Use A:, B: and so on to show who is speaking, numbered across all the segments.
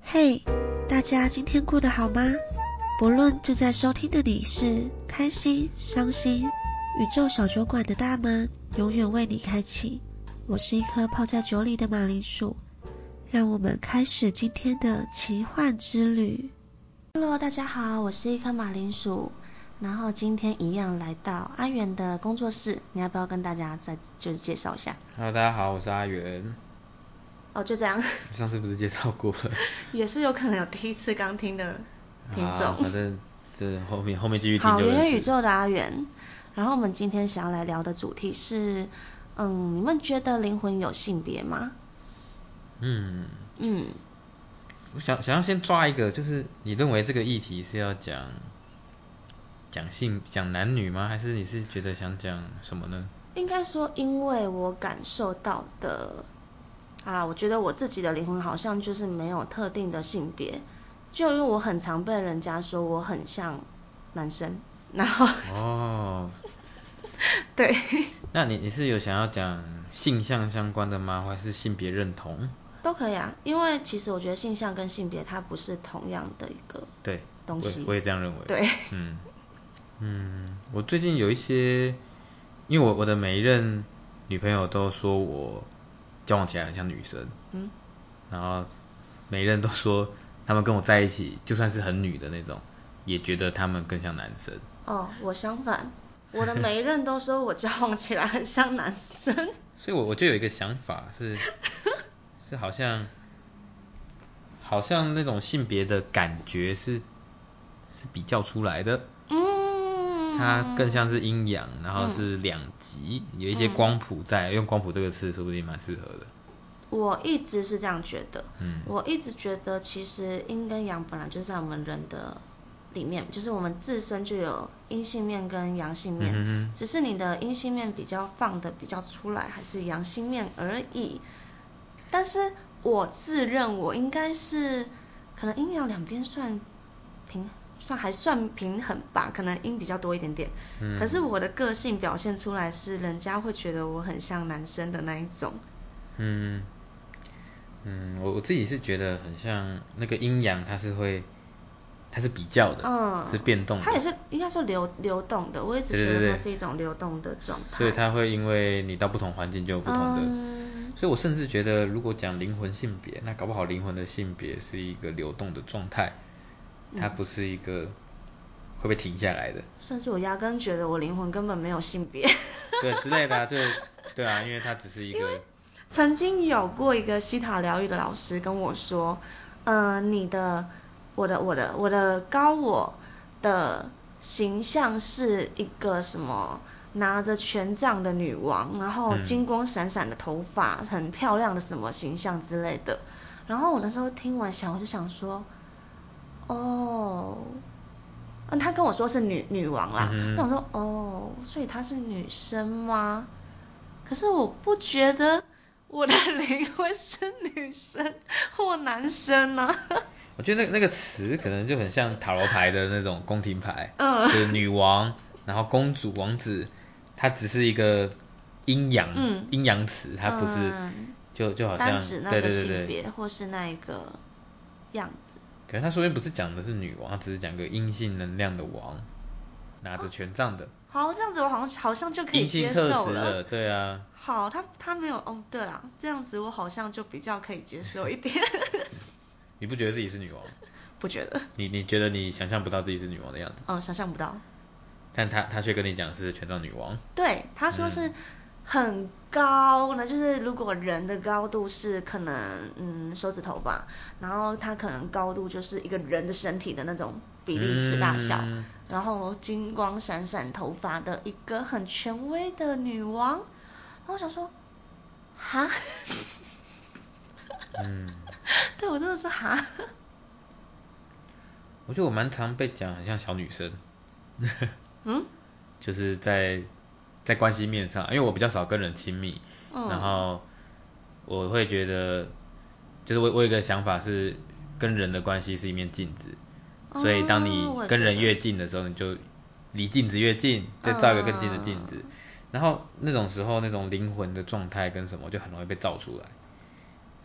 A: 嘿，大家今天过得好吗？不论正在收听的你是开心、伤心，宇宙小酒馆的大门永远为你开启。我是一颗泡在酒里的马铃薯，让我们开始今天的奇幻之旅。
B: Hello，大家好，我是一颗马铃薯，然后今天一样来到阿元的工作室，你要不要跟大家再就是介绍一下？
C: Hello，大家好，我是阿元。
B: 哦，就这样，
C: 上次不是介绍过了？
B: 也是有可能有第一次刚听的 听众。
C: 啊，反正这后面后面继续听
B: 好，
C: 就
B: 元
C: 认
B: 宇
C: 识。
B: 宙的阿元。然后我们今天想要来聊的主题是，嗯，你们觉得灵魂有性别吗？
C: 嗯，
B: 嗯，
C: 我想想要先抓一个，就是你认为这个议题是要讲讲性讲男女吗？还是你是觉得想讲什么呢？
B: 应该说，因为我感受到的，啊，我觉得我自己的灵魂好像就是没有特定的性别，就因为我很常被人家说我很像男生，然后
C: 哦，
B: 对，
C: 那你你是有想要讲性向相关的吗？还是性别认同？
B: 都可以啊，因为其实我觉得性向跟性别它不是同样的一个
C: 对，
B: 东西
C: 我，我也这样认为。
B: 对，
C: 嗯嗯，我最近有一些，因为我我的每一任女朋友都说我交往起来很像女生，
B: 嗯，
C: 然后每一任都说他们跟我在一起，就算是很女的那种，也觉得他们更像男生。
B: 哦，我相反，我的每一任都说我交往起来很像男 生，
C: 所以我我就有一个想法是，是好像好像那种性别的感觉是是比较出来的。
B: 嗯，
C: 它更像是阴阳，然后是两极，有一些光谱在，用光谱这个词说不定蛮适合的。
B: 我一直是这样觉得，
C: 嗯
B: 我一直觉得其实阴跟阳本来就在我们人的里面，就是我们自身就有阴性面跟阳性面，
C: 嗯哼哼
B: 只是你的阴性面比较放的比较出来，还是阳性面而已。但是我自认我应该是可能阴阳两边算平，算还算平衡吧，可能阴比较多一点点。
C: 嗯
B: 可是我的个性表现出来是人家会觉得我很像男生的那一种。
C: 嗯嗯，我我自己是觉得很像那个阴阳，它是会，它是比较的，
B: 嗯，
C: 是变动的，
B: 它也是应该说流流动的，我一直
C: 对对
B: 觉
C: 对
B: 得它
C: 对
B: 是一种流动的状态。
C: 所以它会因为你到不同环境就有不同的。
B: 嗯
C: 所以我甚至觉得，如果讲灵魂性别，那搞不好灵魂的性别是一个流动的状态，它
B: 嗯
C: 不是一个会被停下来的。
B: 甚至我压根觉得我灵魂根本没有性别。
C: 对之类的、啊，就对啊，因为它只是一个，
B: 曾经有过一个西塔疗愈的老师跟我说，呃，你的、我的、我的、我的高我的形象是一个什么？拿着权杖的女王，然后
C: 嗯
B: 金光闪闪的头发，很漂亮的什么形象之类的。然后我那时候听完想，我就想说，哦，嗯，他跟我说是女女王啦，
C: 嗯哼
B: 那、我说哦，所以她是女生吗？可是我不觉得我的灵魂是女生或男生啊呢、
C: 我觉得那个那个词可能就很像塔罗牌的那种宫廷牌，
B: 嗯
C: 就是女王，然后公主、王子，它只是一个阴阳，
B: 嗯
C: 阴阳词，它不是，
B: 嗯
C: 就 就好像
B: 单指那
C: 对
B: 个
C: 对
B: 性别
C: 对对，
B: 或是那一个样子。
C: 可能他说不定不是讲的是女王，他只是讲个阴性能量的王，拿着权杖的，
B: 好，这样子我好像好像就可以
C: 阴性
B: 接
C: 特
B: 受
C: 质的，
B: 了。
C: 对啊，
B: 好，他他没有，哦，对啦，这样子我好像就比较可以接受一点，
C: 你不觉得自己是女王？
B: 不觉得？
C: 你你觉得你想象不到自己是女王的样子，
B: 嗯，想象不到。
C: 但他他却跟你讲是权杖女王，
B: 对，他说是
C: 嗯
B: 很高，那、就是如果人的高度是可能嗯手指头吧，然后他可能高度就是一个人的身体的那种比例尺大小，
C: 嗯
B: 然后金光闪闪头发的一个很权威的女王，然后我想说，哈，
C: 嗯。
B: 对我真的是哈，
C: 我觉得我蛮常被讲很像小女生，
B: 嗯，
C: 就是在在关系面上，因为我比较少跟人亲密，
B: 嗯
C: 然后我会觉得，就是我我有一个想法是，跟人的关系是一面镜子，
B: 哦
C: 所以当你
B: 我也
C: 跟
B: 觉
C: 人
B: 得嗯
C: 越近的时候，你就离镜子越近，再照一个更近的镜子，然后那种时候那种灵魂的状态跟什么就很容易被照出来，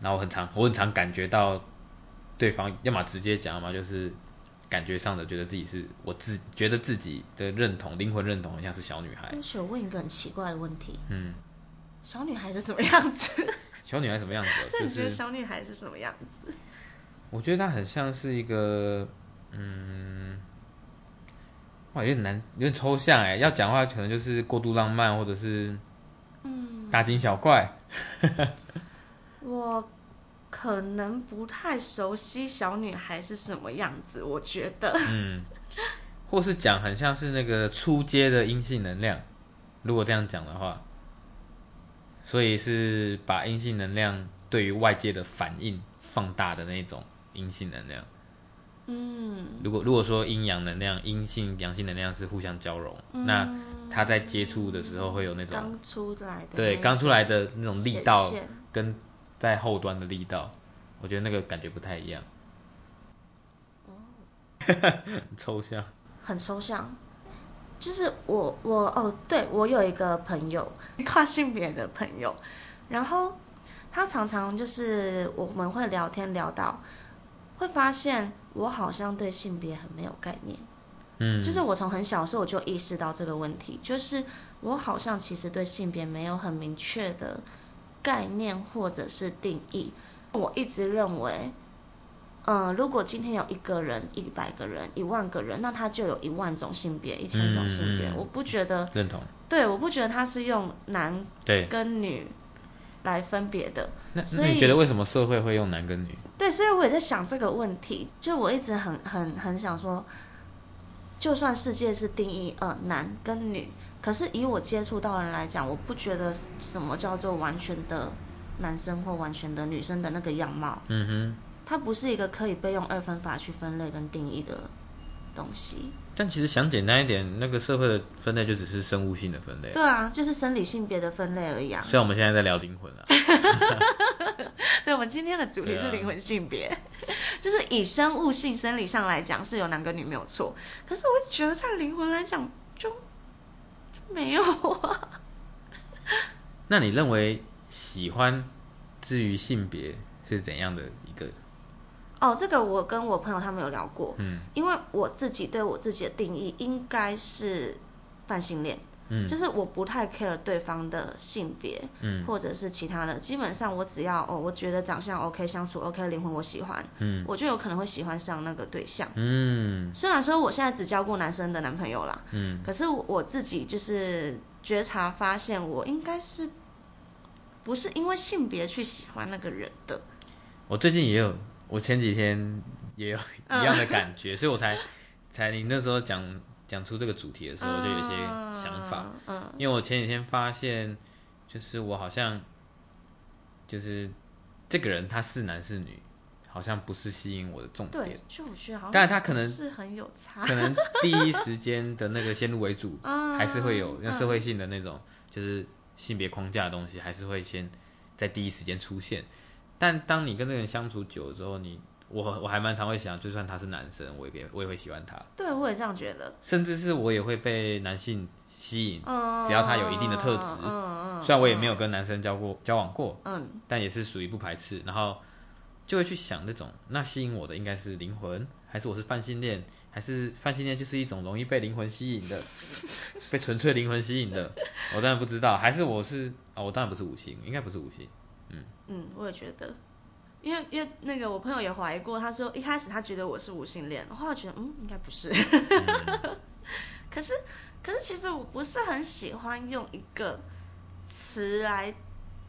C: 然后我很常我很常感觉到对方要么直接讲，要么就是感觉上的觉得自己是我自觉得自己的认同灵魂认同很像是小女孩
B: 但，是我问一个很奇怪的问题，
C: 嗯，
B: 小女孩是什么样子？
C: 小女孩什么
B: ？
C: 样子
B: 所以
C: 就
B: 你觉得
C: 是
B: 小女孩是什么样子？
C: 我觉得她很像是一个，嗯，哇，有点难，有点抽象哎。要讲的话，可能就是过度浪漫，或者是
B: 嗯，
C: 大惊小怪。
B: 我可能不太熟悉小女孩是什么样子，我觉得，
C: 嗯，或是讲很像是那个初阶的阴性能量，如果这样讲的话，所以是把阴性能量对于外界的反应放大的那种阴性能量。
B: 嗯，
C: 如果如果说阴阳能量、阴性阳性能量是互相交融，那它在接触的时候会有那种
B: 刚出来的，
C: 对刚出来的那种力道
B: 显现
C: 跟在后端的力道，我觉得那个感觉不太一样，
B: 哦
C: 很 抽象。
B: 很抽象。就是我我哦，对我有一个朋友， 跨性别的朋友，然后他常常就是我们会聊天聊到，会发现我好像对性别很没有概念，
C: 嗯，
B: 就是我从很小的时候我就意识到这个问题，就是我好像其实对性别没有很明确的概念或者是定义。我一直认为，嗯、如果今天有一个人、一百个人、一万个人，那他就有一万种性别、一千种性别。
C: 嗯嗯嗯
B: 我不觉得，
C: 认同。
B: 对，我不觉得他是用男
C: 对
B: 跟女来分别的。
C: 那
B: 所
C: 那
B: 以
C: 你觉得为什么社会会用男跟女？
B: 对，所以我也在想这个问题，就我一直很很很想说，就算世界是定义呃男跟女，可是以我接触到的人来讲，我不觉得什么叫做完全的男生或完全的女生的那个样貌，
C: 嗯
B: 它不是一个可以被用二分法去分类跟定义的东西。
C: 哼，但其实想简单一点，那个社会的分类就只是生物性的分类。
B: 对啊，就是生理性别的分类而已啊。
C: 虽然我们现在在聊灵魂啊，
B: 对，我们今天的主题是
C: 对啊
B: 灵魂性别，就是以生物性生理上来讲是有男跟女没有错，可是我一直觉得在灵魂来讲就就没有啊。
C: 那你认为喜欢至于性别是怎样的一个？
B: 哦，这个我跟我朋友他们有聊过，
C: 嗯
B: 因为我自己对我自己的定义应该是泛性恋，
C: 嗯
B: 就是我不太 care 对方的性别，
C: 嗯
B: 或者是其他的，基本上我只要哦，我觉得长相 OK，相处 OK，灵魂我喜欢，
C: 嗯
B: 我就有可能会喜欢上那个对象，
C: 嗯
B: 虽然说我现在只交过男生的男朋友啦，
C: 嗯
B: 可是我我自己就是觉察发现，我应该是不是因为性别去喜欢那个人的？
C: 我最近也有，我前几天也有
B: 嗯
C: 一样的感觉，所以我才才你那时候讲讲出这个主题的时候，我就有一些想法。
B: 嗯嗯
C: 因为我前几天发现，就是我好像就是这个人他是男是女，好像不是吸引我的重点
B: 对，。就我觉得好像
C: 当然他可能
B: 不是很有差，，
C: 可能第一时间的那个先入为主
B: 嗯
C: 还是会有那社会
B: 嗯
C: 性的那种，就是性别框架的东西，还是会先在第一时间出现。但当你跟这个人相处久了之后，你我我还蛮常会想，就算他是男生，我也我也会喜欢他，
B: 对我也这样觉得。
C: 甚至是我也会被男性吸引，
B: 嗯
C: 只要他有一定的特质
B: 嗯嗯嗯。
C: 虽然我也没有跟男生交过交往过，
B: 嗯
C: 但也是属于不排斥，然后就会去想那种，那吸引我的应该是灵魂，还是我是泛性恋，还是泛性恋就是一种容易被灵魂吸 引的，被纯粹灵魂吸引的，我当然不知道，还是我是啊、我当然不是五星，应该不是五星，嗯，
B: 嗯，我也觉得。因为因为那个我朋友也怀疑过，他说一开始他觉得我是无性恋，后来觉得嗯应该不是，
C: 嗯
B: 可是，可是其实我不是很喜欢用一个词来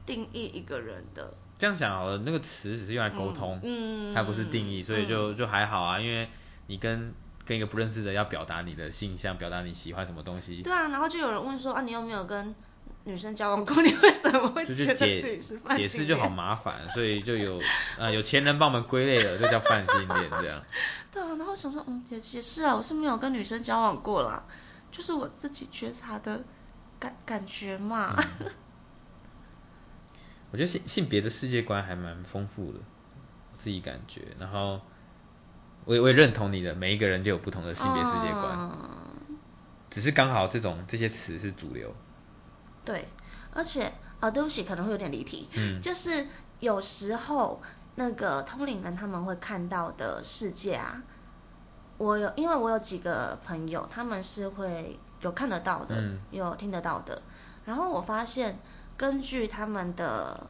B: 定义一个人的。
C: 这样想好了，那个词只是用来沟通，
B: 嗯嗯
C: 它不是定义，所以就
B: 嗯
C: 就还好啊，因为你跟跟一个不认识的要表达你的性向，表达你喜欢什么东西，
B: 对啊，然后就有人问说啊，你有没有跟女生交往过？你 为什么会
C: 就
B: 觉
C: 去
B: 得自
C: 解
B: 己是泛
C: 解
B: 性
C: 释就好
B: 恋？
C: 麻烦，所以就有 啊、有钱人帮我们归类了，就叫泛性恋这样。
B: 对啊，然后想说，嗯，也也是啊，我是没有跟女生交往过啦，就是我自己觉察的感感觉嘛。
C: 嗯 我觉得性性别的世界观还蛮丰富的，我自己感觉。然后我也我也认同你的，每一个人就有不同的性别世界观，
B: 嗯
C: 只是刚好这种这些词是主流。
B: 哦对，而且啊、对不起，可能会有点离题，
C: 嗯
B: 就是有时候那个通灵人他们会看到的世界啊。我有，因为我有几个朋友，他们是会有看得到的，
C: 嗯
B: 有听得到的。然后我发现，根据他们的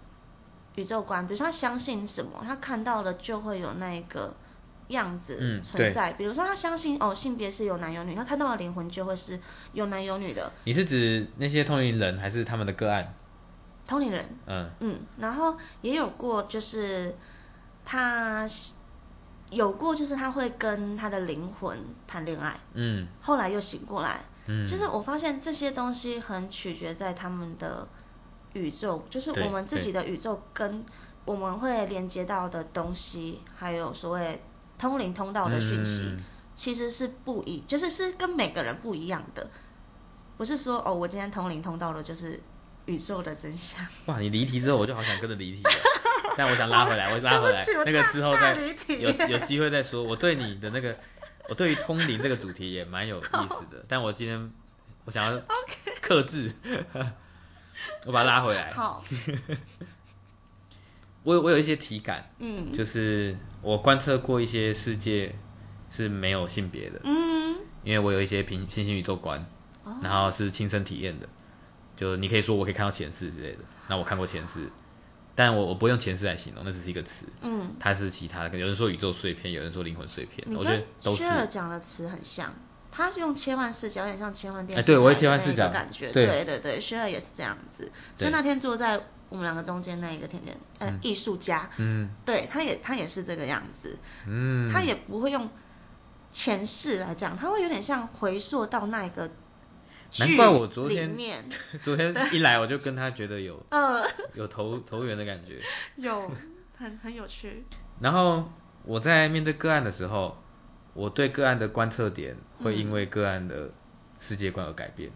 B: 宇宙观，比如说他相信什么，他看到了就会有那个样子
C: 嗯
B: 存
C: 对
B: 在。比如说他相信哦，性别是有男有女，他看到了灵魂就会是有男有女的
C: 你是指那些通灵人还是他们的个案？
B: 通灵人。
C: 嗯
B: 嗯，然后也有过，就是他喜有过，就是他会跟他的灵魂谈恋爱，
C: 嗯
B: 后来又醒过来。
C: 嗯，
B: 就是我发现这些东西很取决在他们的宇宙，就是
C: 对
B: 我们自己
C: 对
B: 的宇宙跟我们会连接到的东西，还有所谓通灵通道的讯息，
C: 嗯
B: 其实是不一，就是是跟每个人不一样的。不是说哦，我今天通灵通到了就是宇宙的真相。
C: 哇，你离题之后，我就好想跟着 离题了但我想拉回来，我拉回来
B: 对不，起
C: 那
B: 我
C: 个
B: 大
C: 之后
B: 大
C: 再
B: 离题
C: 有有机会再说。我对你的那个，我对于通灵这个主题也蛮有意思
B: 哦
C: 的，但我今天我想要 克制，我把它拉回来。
B: 好，
C: 我有我有一些体感，
B: 嗯
C: 就是我观测过一些世界是没有性别的，
B: 嗯，
C: 因为我有一些平平行宇宙观，
B: 哦
C: 然后是亲身体验的，就你可以说我可以看到前世之类的，那我看过前世，但我我不用前世来形容，那只是一个词，
B: 嗯
C: 它是其他的，有人说宇宙碎片，有人说灵魂碎片，
B: 你
C: 我觉得
B: 跟
C: 都是
B: 薛。尔讲的词很像，他是用切换视角，有点像切换电
C: 哎
B: 视
C: 对我会
B: 台
C: 切
B: 的
C: 换
B: 那
C: 视
B: 一个
C: 角
B: 感觉，
C: 对
B: 对对对，薛尔也是这样子。所以
C: 对
B: 那天坐在我们两个中间那一个甜甜，呃，艺术家，
C: 嗯
B: 对，他也他也是这个样子，
C: 嗯，
B: 他也不会用前世来讲，他会有点像回溯到那一个
C: 难
B: 剧
C: 怪我昨
B: 里
C: 天
B: 面，
C: 昨天一来我就跟他觉得有
B: 呃，
C: 有投投缘的感觉。
B: 有很很有 趣，
C: 然后我在面对个案的时候，我对个案的观测点会因为个案的世界观而改变。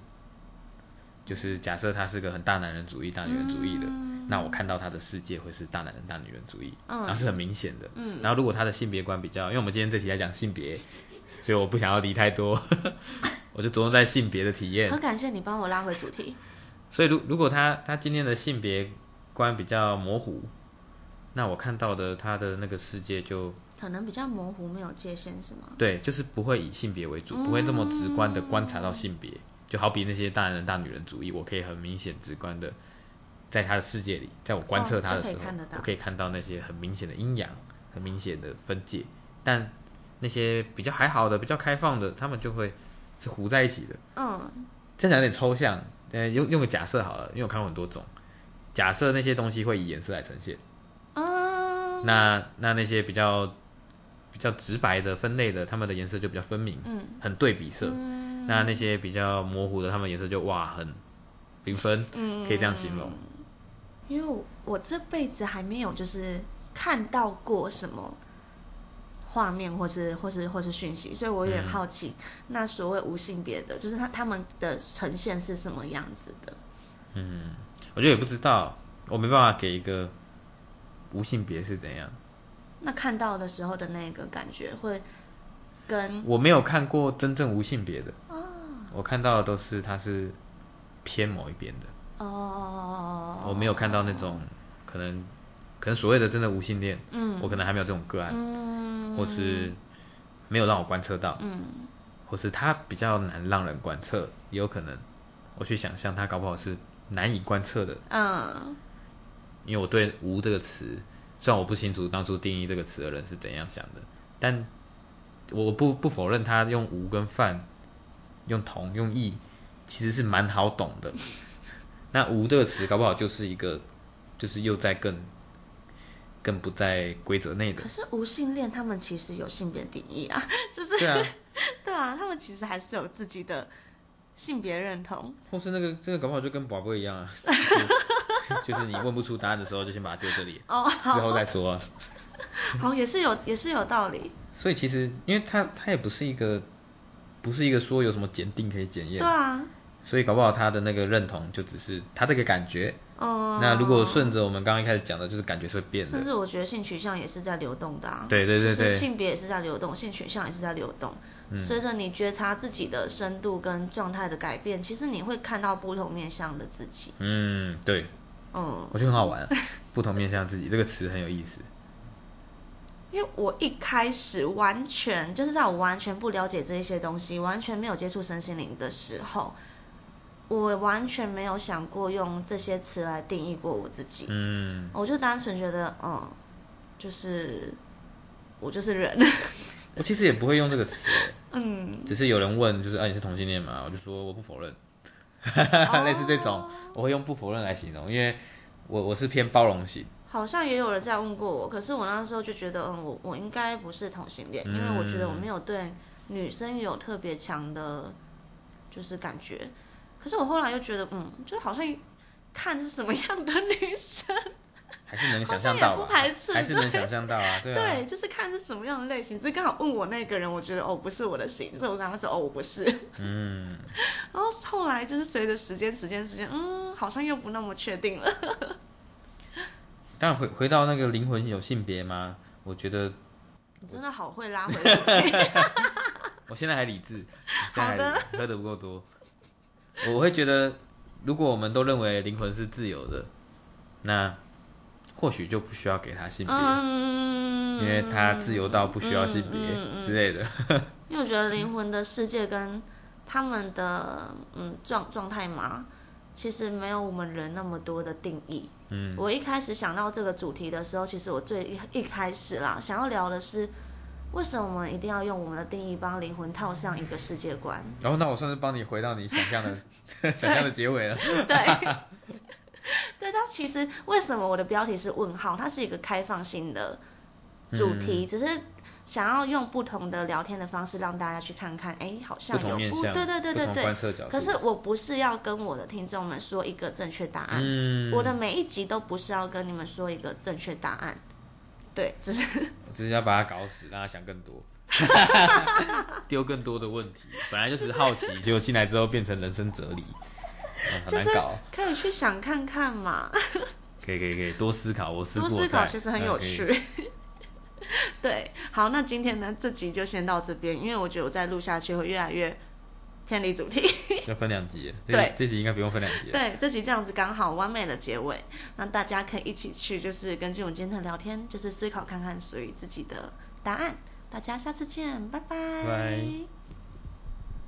C: 就是假设他是个很大男人主义、大女人主义的，
B: 嗯
C: 那我看到他的世界会是大男人、大女人主义，
B: 嗯
C: 然后是很明显的。
B: 嗯
C: 然后如果他的性别观比较，因为我们今天这题在讲性别， 所以我不想要离太多， 我就着重在性别的体验
B: 很。感谢你帮我拉回主题，
C: 所以如如果他他今天的性别观比较模糊，那我看到的他的那个世界就
B: 可能比较模糊，没有界限是吗？
C: 对，就是不会以性别为主，不会这么直观的观察到性别。就好比那些大男人、大女人主义，我可以很明显、直观的，在他的世界里，在我观测他的时
B: 哦就可
C: 候
B: 以，看得到
C: 我可以看到那些很明显的阴阳、很明显的分界。但那些比较还好的、比较开放的，他们就会是糊在一起的。
B: 嗯，
C: 这样讲有点抽象，呃，用用个假设好了，因为我看过很多种假设，那些东西会以颜色来呈现。
B: 嗯，
C: 那那那些比较比较直白的分类的，它们的颜色就比较分明，
B: 嗯
C: 很对比色。
B: 嗯
C: 那那些比较模糊的，它们颜色就哇很缤纷，
B: 嗯
C: 可以这样形容。
B: 因为我我这辈子还没有就是看到过什么画面或是或是或是讯息，所以我有点
C: 嗯
B: 好奇，那所谓无性别的，就是他他们的呈现是什么样子的？
C: 嗯，我觉得也不知道，我没办法给一个无性别是怎样。
B: 那看到的时候的那个感觉会跟
C: 我没有看过真正无性别的，
B: 哦
C: 我看到的都是它是偏某一边的。
B: 哦，
C: 我没有看到那种可能可能所谓的真的无性恋，
B: 嗯
C: 我可能还没有这种个案，
B: 嗯
C: 或是没有让我观测到，
B: 嗯
C: 或是它比较难让人观测，也有可能我去想象它搞不好是难以观测的，
B: 嗯
C: 因为我对“无”这个词，虽然我不清楚当初定义这个词的人是怎样想的，但我不不否认他用“无”跟“泛”、用“同”、用“异”，其实是蛮好懂的。 那“无”这个词搞不好就是一个，就是又在更更不在规则内的
B: 可。是无性恋他们其实有性别定义啊， 就是
C: 对啊
B: 对啊他们其实还是有自己的性别认同。
C: 或是那个这个搞不好就跟宝贝一 样啊，就是就是你问不出答案的时候，就先把它丢这里，
B: 哦
C: 之 后再说啊。
B: 好，也是有也是有道理。
C: 所以其实，因为它它也不是一个，不是一个说有什么检定可以检验，
B: 对啊，
C: 所以搞不好他的那个认同就只是他这个感觉。
B: 哦
C: 那如果顺着我们刚刚一开始讲的，就是感觉是会变
B: 甚至
C: 的。
B: 我觉得性取向也是在流动的啊。
C: 对对对
B: 就是
C: 对
B: 性别也是在流动，性取向也是在流动。
C: 嗯
B: 随着你觉察自己的深度跟状态的改变，其实你会看到不同面向的自己。
C: 嗯，对，
B: 嗯
C: 我觉得很好玩啊、不同面向自己这个词很有意思。
B: 因为我一开始完全就是在我完全不了解这一些东西，完全没有接触身心灵的时候，我完全没有想过用这些词来定义过我自己。
C: 嗯
B: 我就单纯觉得，嗯，就是我就是人。
C: 我其实也不会用这个词，欸
B: 嗯，
C: 只是有人问，就是啊你是同性恋吗？我就说我不否认， 类似这
B: 哦
C: 种，我会用不否认来形容，因为我我是偏包容型，
B: 好像也有人在问过我，可是我那时候就觉得，嗯，我我应该不是同性恋，因为我觉得我没有对女生有特别强的，就是感觉。可是我后来又觉得，嗯，就好像看是什么样的女生，
C: 还是能想象
B: 好像也
C: 到啊
B: 不排斥，
C: 还是
B: 对
C: 能想象 到啊对
B: 对
C: 啊
B: 就是看是什么样的类型。只是刚好问我那个人，我觉得哦不是我的型，所以我跟他说哦我不 是。
C: 嗯，
B: 然后后来就是随着时间、时间、时间，嗯，好像又不那么确定了。
C: 当然回回到那个灵魂有性别吗？我觉得
B: 你真的好会拉回来。
C: 我现在还理智，我现在还
B: 好的
C: 理智喝的不够多。我会觉得，如果我们都认为灵魂是自由的，那或许就不需要给他性别，
B: 嗯，
C: 因为他自由到不需要性别
B: 嗯嗯嗯
C: 之类的。
B: 因为我觉得灵魂的世界跟他们的嗯状状态嘛，其实没有我们人那么多的定义。
C: 嗯
B: 我一开始想到这个主题的时候，其实我最一一开始啦，想要聊的是为什么我们一定要用我们的定义帮灵魂套上一个世界观？
C: 然后、那我算是帮你回到你想象 的想象的结尾了。
B: 对，对，它其实为什么我的标题是问号？它是一个开放性的主题，
C: 嗯
B: 只是想要用不同的聊天的方式让大家去看看，哎，好像
C: 不同
B: 有
C: 面
B: 不
C: 向
B: 对对对
C: 不
B: 对
C: 同观测
B: 对。
C: 角度
B: 可是我不是要跟我的听众们说一个正确答案，
C: 嗯
B: 我的每一集都不是要跟你们说一个正确答案，对，只是
C: 我只是要把他搞死，让他想更 多，丢更多的问题。本来就只是好奇，结果进来之后变成人生哲理，嗯 很
B: 就
C: 难
B: 是
C: 搞。
B: 可以去想看看嘛。
C: 可以可以可以，多思考，我思
B: 多
C: 过
B: 思考
C: 在
B: 其实很
C: 嗯
B: 有
C: 可以
B: 趣。 对，好，那今天呢这集就先到这边，因为我觉得我再录下去会越来越偏离主题。
C: 要分两集了，这
B: 对
C: 集这集应该不用分两集了。
B: 对，这集这样子刚好完美的结尾，那大家可以一起去，就是根据我们今天的聊天，就是思考看看属于自己的答案。大家下次见，拜拜。
C: 拜